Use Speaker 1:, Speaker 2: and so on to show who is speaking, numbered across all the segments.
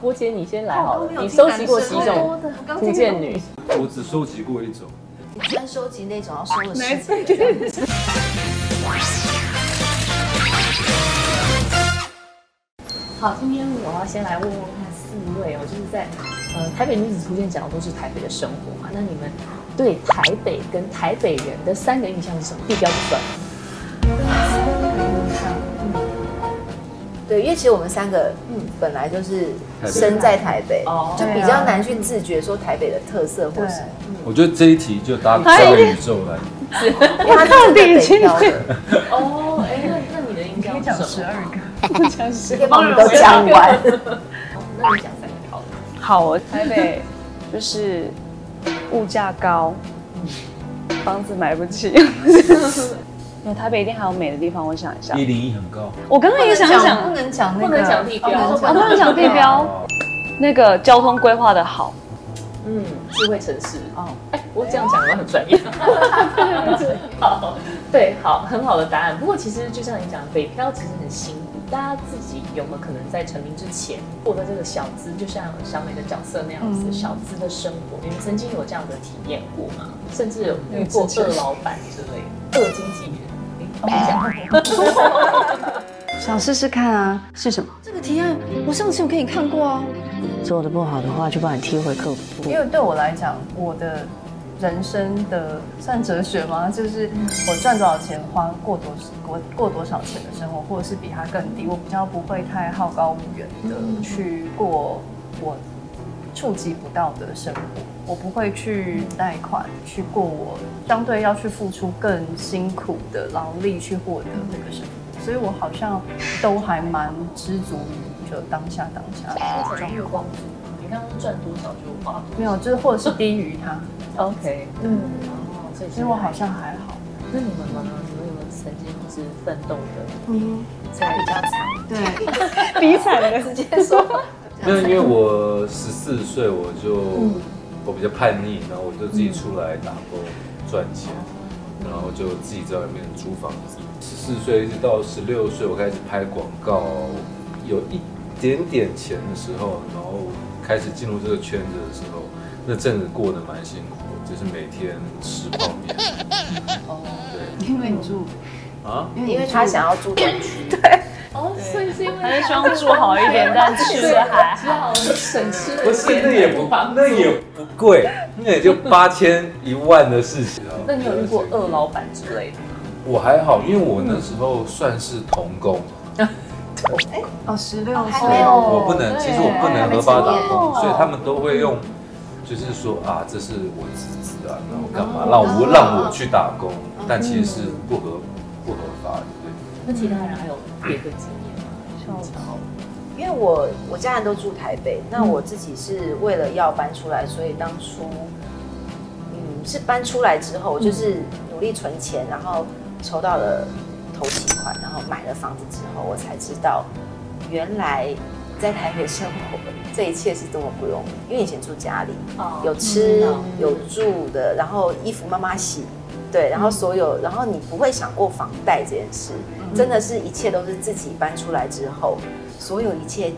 Speaker 1: 郭姐你先来好
Speaker 2: 我
Speaker 1: 了
Speaker 2: 没，有
Speaker 1: 你
Speaker 2: 听
Speaker 1: 收
Speaker 2: 男
Speaker 1: 集过
Speaker 2: 生
Speaker 1: 几
Speaker 2: 的
Speaker 1: 种
Speaker 2: 我刚
Speaker 1: 福
Speaker 2: 听
Speaker 1: 建
Speaker 2: 到
Speaker 1: 女？
Speaker 3: 我只收集过一种，
Speaker 4: 你专收集那种要收了
Speaker 2: 没
Speaker 4: 十
Speaker 2: 错
Speaker 4: 几个，
Speaker 1: 哦好，今天我要先来问问看四位哦，就是在呃台北女子图鉴讲的都是台北的生活嘛，那你们对台北跟台北人的三个印象是什么？地标不算，
Speaker 4: 对，因为其实我们三个嗯本来就是身在台北
Speaker 1: 哦，
Speaker 4: 就比较难去自觉说台北的特色或什么，
Speaker 3: 我觉得这一题就搭这个宇宙来。
Speaker 4: 因为它是北漂的，
Speaker 1: 哦，哎，那那你的印象
Speaker 2: 讲
Speaker 1: 是什
Speaker 2: 十
Speaker 1: 么？
Speaker 2: 二个。
Speaker 4: 直接把我们都讲完。
Speaker 1: 那你讲三个好了。
Speaker 2: 好，我台北就是物价高，房子买不起。有台北一定还有美的地方，我想一下
Speaker 3: 一。零一很高，
Speaker 2: 我刚刚也想
Speaker 4: 不
Speaker 2: 想，
Speaker 4: 能讲那个，
Speaker 1: 不能讲地标
Speaker 4: 哦
Speaker 2: 我刚刚讲地，标，那个交通规划的好，
Speaker 1: 嗯，智慧城市哦，哎，我这样讲的很专业，好，对，好，很好的答案。不过其实就像你讲，北漂其实很辛苦，大家自己有没有可能在成名之前过的这个小资，就像小美的角色那样子、
Speaker 2: 嗯
Speaker 1: 小资的生活，你们曾经有这样的体验过吗？甚至有遇过恶老板之类的、恶经纪人？哎你讲
Speaker 5: 想试试看啊，是什么？这个提案我上次有给你看过啊。做的不好的话，就帮你踢回客服部
Speaker 6: 因。为对我来讲，我的人生的算哲学吗？就是我赚多少钱，花过多过过多少钱的生活，或者是比他更低，我比较不会太好高骛远的去过我触及不到的生活。我不会去贷款去过我相对要去付出更辛苦的劳力去获得那个生活，所以我好像都还蛮知足于就当下当下的
Speaker 1: 那
Speaker 6: 状
Speaker 1: 种
Speaker 6: 况
Speaker 1: 月光族，你刚刚赚多少就花多
Speaker 6: 没有，就是或者是低于他。
Speaker 1: 少。OK，
Speaker 6: 嗯，
Speaker 1: 哦，所以
Speaker 6: 其实我好像还好。
Speaker 1: 那你们呢？你们有没有曾经就是奋斗的，
Speaker 6: 嗯，
Speaker 1: 在比较惨？
Speaker 2: 比惨的。
Speaker 3: 那因为我十四岁我
Speaker 6: 嗯
Speaker 3: 就我比较叛逆，然后我就自己出来打工赚钱，
Speaker 6: 嗯
Speaker 3: 然后就自己在外面租房子。十四岁一直到十六岁，我开始拍广告，有一点点钱的时候，然后开始进入这个圈子的时候，那阵子过得蛮辛苦的，就是每天吃泡 面。对
Speaker 6: 哦因为你住，
Speaker 3: 啊，
Speaker 4: 因为他想要住专区，
Speaker 1: 哦，所以是因为
Speaker 2: 还是希望住好一 点，但吃的还好。
Speaker 1: 好省吃的
Speaker 3: 不是那也不那也不贵，那也就八千一万的事情啊。
Speaker 1: 那你有遇过二老板之类的？
Speaker 3: 我还好，因为我那时候算是童工，
Speaker 6: 哦，十六
Speaker 4: 还没
Speaker 3: 对，
Speaker 4: 有
Speaker 3: 我不能，其实我不能合法打工，
Speaker 2: 哦
Speaker 3: 所以他们都会用，就是说啊，这是我侄子啊，然后干嘛让我让我去打工，但其实是不合不合法的，对。
Speaker 1: 那其他人还有别的经验吗？
Speaker 4: 因为我我家人都住台北，那我自己是为了要搬出来，所以当初嗯是搬出来之后，我就是嗯努力存钱，然后筹到了头期款，然后买了房子之后，我才知道原来在台北生活这一切是多么不容易，因为以前住家里，
Speaker 1: 哦
Speaker 4: 有吃有住的，然后衣服妈妈洗，对，然后所有，然后你不会想过房贷这件事，真的是一切都是自己搬出来之后，所有一切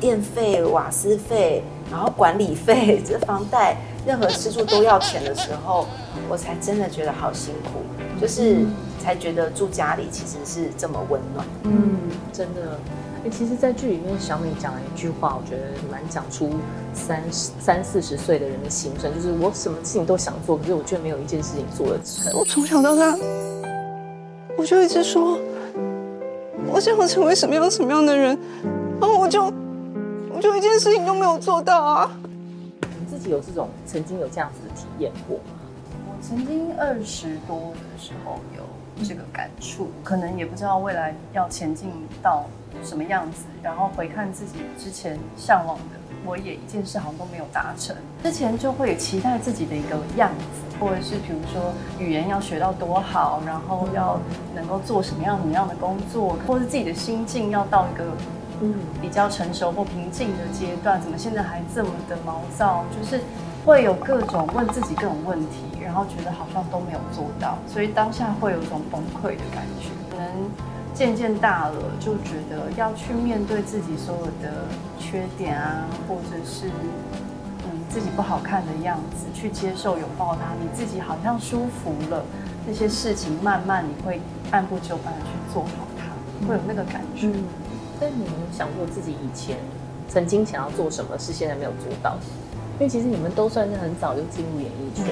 Speaker 4: 电费、瓦斯费，然后管理费、这房贷，任何支出都要钱的时候，我才真的觉得好辛苦，就是才觉得住家里其实是这么温暖。
Speaker 1: 嗯，真的。哎、其实，在剧里面，小美讲了一句话，我觉得蛮讲出三十三四十岁的人的心声，就是我什么事情都想做，可是我却没有一件事情做得成。
Speaker 5: 我从小到大，我就一直说，我想要成为什么样什么样的人，然后我就，我就一件事情都没有做到啊。
Speaker 1: 你自己有这种曾经有这样子的体验过吗？
Speaker 6: 我曾经二十多的时候有这个感触，可能也不知道未来要前进到什么样子，然后回看自己之前向往的，我也一件事好像都没有达成。之前就会期待自己的一个样子，或者是比如说语言要学到多好，然后要能够做什么样什么样的工作，或是自己的心境要到一个
Speaker 1: 嗯，
Speaker 6: 比较成熟或平静的阶段，怎么现在还这么的毛躁？就是会有各种问自己各种问题，然后觉得好像都没有做到，所以当下会有一种崩溃的感觉。可能嗯渐渐大了，就觉得要去面对自己所有的缺点啊，或者是嗯自己不好看的样子，去接受拥抱它，你自己好像舒服了，这些事情慢慢你会按部就班的去做好它，会有那个感觉。
Speaker 1: 嗯，但你有没有想过自己以前曾经想要做什么，是现在没有做到的？因为其实你们都算是很早就进入演艺圈，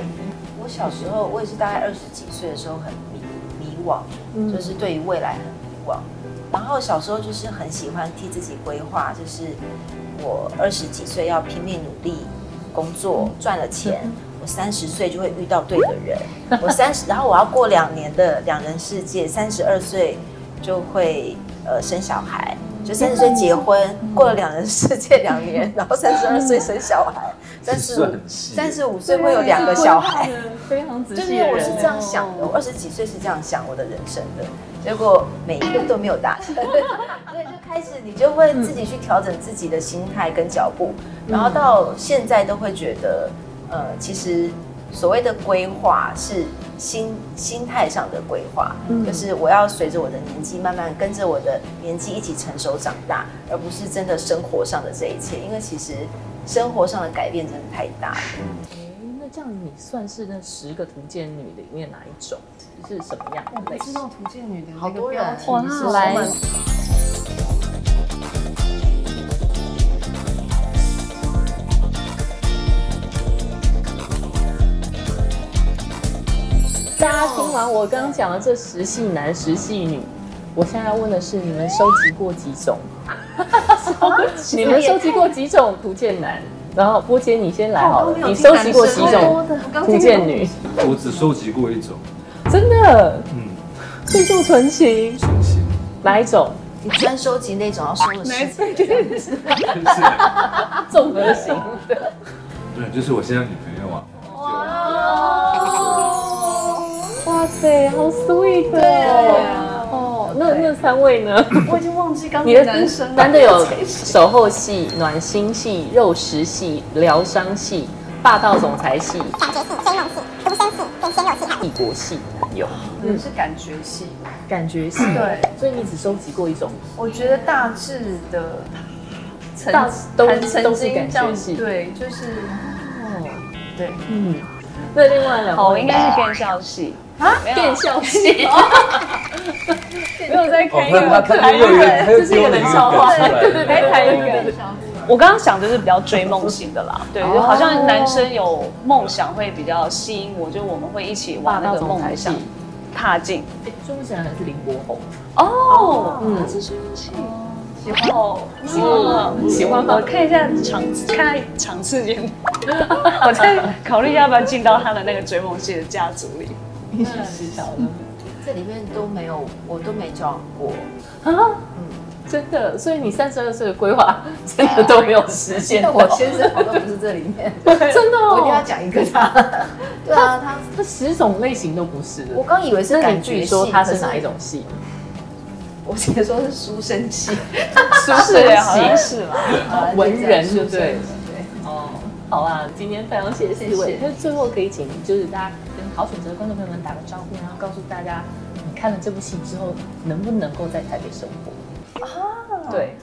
Speaker 4: 我小时候，我也是大概二十几岁的时候很迷迷惘，就是对于未来很迷惘。然后小时候就是很喜欢替自己规划，就是我二十几岁要拼命努力工作，赚了钱，我三十岁就会遇到对的人，我三十，然后我要过两年的两人世界，三十二岁就会呃生小孩，就三十岁结婚，过了两人世界两年，然后三十二岁生小孩，三十
Speaker 3: 算
Speaker 4: 五
Speaker 3: 很细
Speaker 4: 三十五岁会有两个小孩，，
Speaker 6: 啊非常仔
Speaker 4: 就是我是这样想的，
Speaker 6: 哦
Speaker 4: 我二十几岁是这样想我的人生的，结果每一个都没有 达成，所以就开始你就会自己去调整自己的心态跟脚步，
Speaker 6: 嗯
Speaker 4: 然后到现在都会觉得，呃，其实所谓的规划是心心态上的规划，
Speaker 6: 嗯
Speaker 4: 就是我要随着我的年纪慢慢跟着我的年纪一起成熟长大，而不是真的生活上的这一切，因为其实生活上的改变真的太大了。
Speaker 1: 诶那这样你算是那十个图鉴女里面哪一种？是什么样
Speaker 6: 我
Speaker 1: 的
Speaker 6: 们
Speaker 1: 类
Speaker 6: 知
Speaker 1: 型？
Speaker 6: 道图鉴女的
Speaker 4: 好
Speaker 6: 那个
Speaker 4: 多
Speaker 6: 标
Speaker 4: 人
Speaker 6: 题
Speaker 2: 哇
Speaker 6: 是
Speaker 2: 那来
Speaker 6: 什么
Speaker 1: 大家听完我刚刚讲的这十系男、十系女，我现在要问的是，你们收集过几 种？你们收集过几种图鉴男？然后波姐，你先来好了，你收集过几种图鉴女？
Speaker 3: 我只收集过一种，
Speaker 1: 真的，
Speaker 3: 嗯，
Speaker 1: 最重纯情，
Speaker 3: 纯情，
Speaker 1: 哪一种？
Speaker 4: 你专收集那种要收的十几
Speaker 3: 就是
Speaker 1: 啊综合型的。
Speaker 3: 对，就是我现在女朋友啊。
Speaker 1: 哇塞，好 sweet 哦！哦，那那三位呢？
Speaker 6: 我已经忘记刚
Speaker 1: 你
Speaker 6: 才
Speaker 1: 的
Speaker 6: 男生
Speaker 1: 男的有守候系、暖心系、肉食系、疗伤系、霸道总裁系、
Speaker 7: 感觉系、追梦系、独身系跟鲜肉系，还有
Speaker 1: 异国系有
Speaker 6: 我嗯是感觉系，
Speaker 1: 感觉系，
Speaker 6: 对，
Speaker 1: 所以你只收集过一种，
Speaker 6: 我觉得大致的曾
Speaker 1: 大都
Speaker 6: 曾
Speaker 1: 都
Speaker 6: 曾
Speaker 1: 是感
Speaker 6: 经这样
Speaker 1: 觉系
Speaker 6: 对，就是
Speaker 1: 哦，
Speaker 6: 对，
Speaker 1: 嗯，那另外两
Speaker 2: 哦，
Speaker 1: 位
Speaker 2: 应该是变校系，
Speaker 1: 变相系，
Speaker 2: 没有在
Speaker 3: 哦
Speaker 2: 看，一个。
Speaker 3: 他他他又有，他又
Speaker 1: 这是一
Speaker 3: 丢
Speaker 1: 个
Speaker 3: 了一
Speaker 1: 冷
Speaker 3: 个
Speaker 1: 笑话
Speaker 3: 梗出来了，
Speaker 1: 对对对还有一个
Speaker 2: 我刚刚想就是比较追梦型的啦，对，就好像男生有梦想会比较吸引我，就我们会一起往那个梦想踏进。
Speaker 1: 中显还是林柏宏，
Speaker 2: 哦，
Speaker 1: 嗯，
Speaker 2: 喜欢哦，喜欢哦
Speaker 1: 嗯喜欢吗
Speaker 2: 我看一下场看他场次间，我在考虑要不要进到他的那个追梦系的家族里。
Speaker 1: 你嗯是知道的。
Speaker 4: 这里面都没有，我都没交往 过。
Speaker 1: 啊，真的，所以你三十二岁的规划真的都没有实现
Speaker 4: 但
Speaker 1: 到。
Speaker 4: 我先生好像不是这里面，
Speaker 1: 真的、啊哦，
Speaker 4: 我一定要讲一个 他。对啊，他
Speaker 1: 这十种类型都不是的
Speaker 4: 我。刚以为是
Speaker 1: 那你
Speaker 4: 感
Speaker 1: 具
Speaker 4: 觉
Speaker 1: 体
Speaker 4: 系
Speaker 1: 说它是哪一？种系？
Speaker 4: 可是我姐说是书生系，
Speaker 2: 是不是？
Speaker 1: 啊
Speaker 2: 好像是 啦。
Speaker 1: 哦文人
Speaker 4: 就
Speaker 1: 对
Speaker 4: 这样
Speaker 1: 不
Speaker 4: 书生
Speaker 1: 对？哦，好啦，今天非常谢谢四位。那最后可以请就是大家跟好选择的观众朋友们打个招呼，然后告诉大家你看了这部戏之后能不能够在台北生活？啊，对，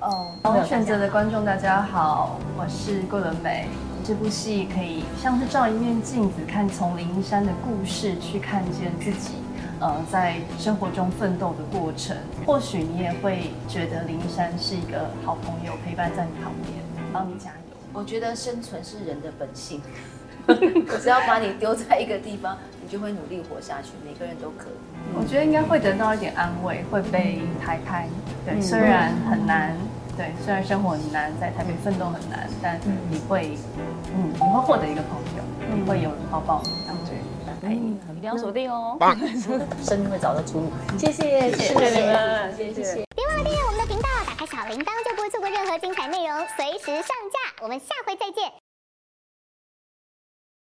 Speaker 6: 哦，我选择的观众大家好，我是桂纶镁。这部戏可以像是照一面镜子，看从灵山的故事，去看见自己，呃，在生活中奋斗的过程。或许你也会觉得灵山是一个好朋友，陪伴在你旁边，帮你加油。
Speaker 4: 我觉得生存是人的本性， 我只要把你丢在一个地方，你就会努力活下去。每个人都可以。
Speaker 6: 我觉得应该会得到一点安慰，会被抬开。对，虽然很难，对，虽然生活很难，在台北奋斗很难，但你会，嗯，你会获得一个朋友，你会有人抱抱你，然后就打开你。
Speaker 2: 一定要锁定哦。
Speaker 1: 生命会找得出你。谢谢，谢
Speaker 2: 谢谢你们
Speaker 1: 谢谢。
Speaker 7: 别忘了订阅我们的频道，打开小铃铛就不会错过任何精彩内容，随时上架。我们下回再见。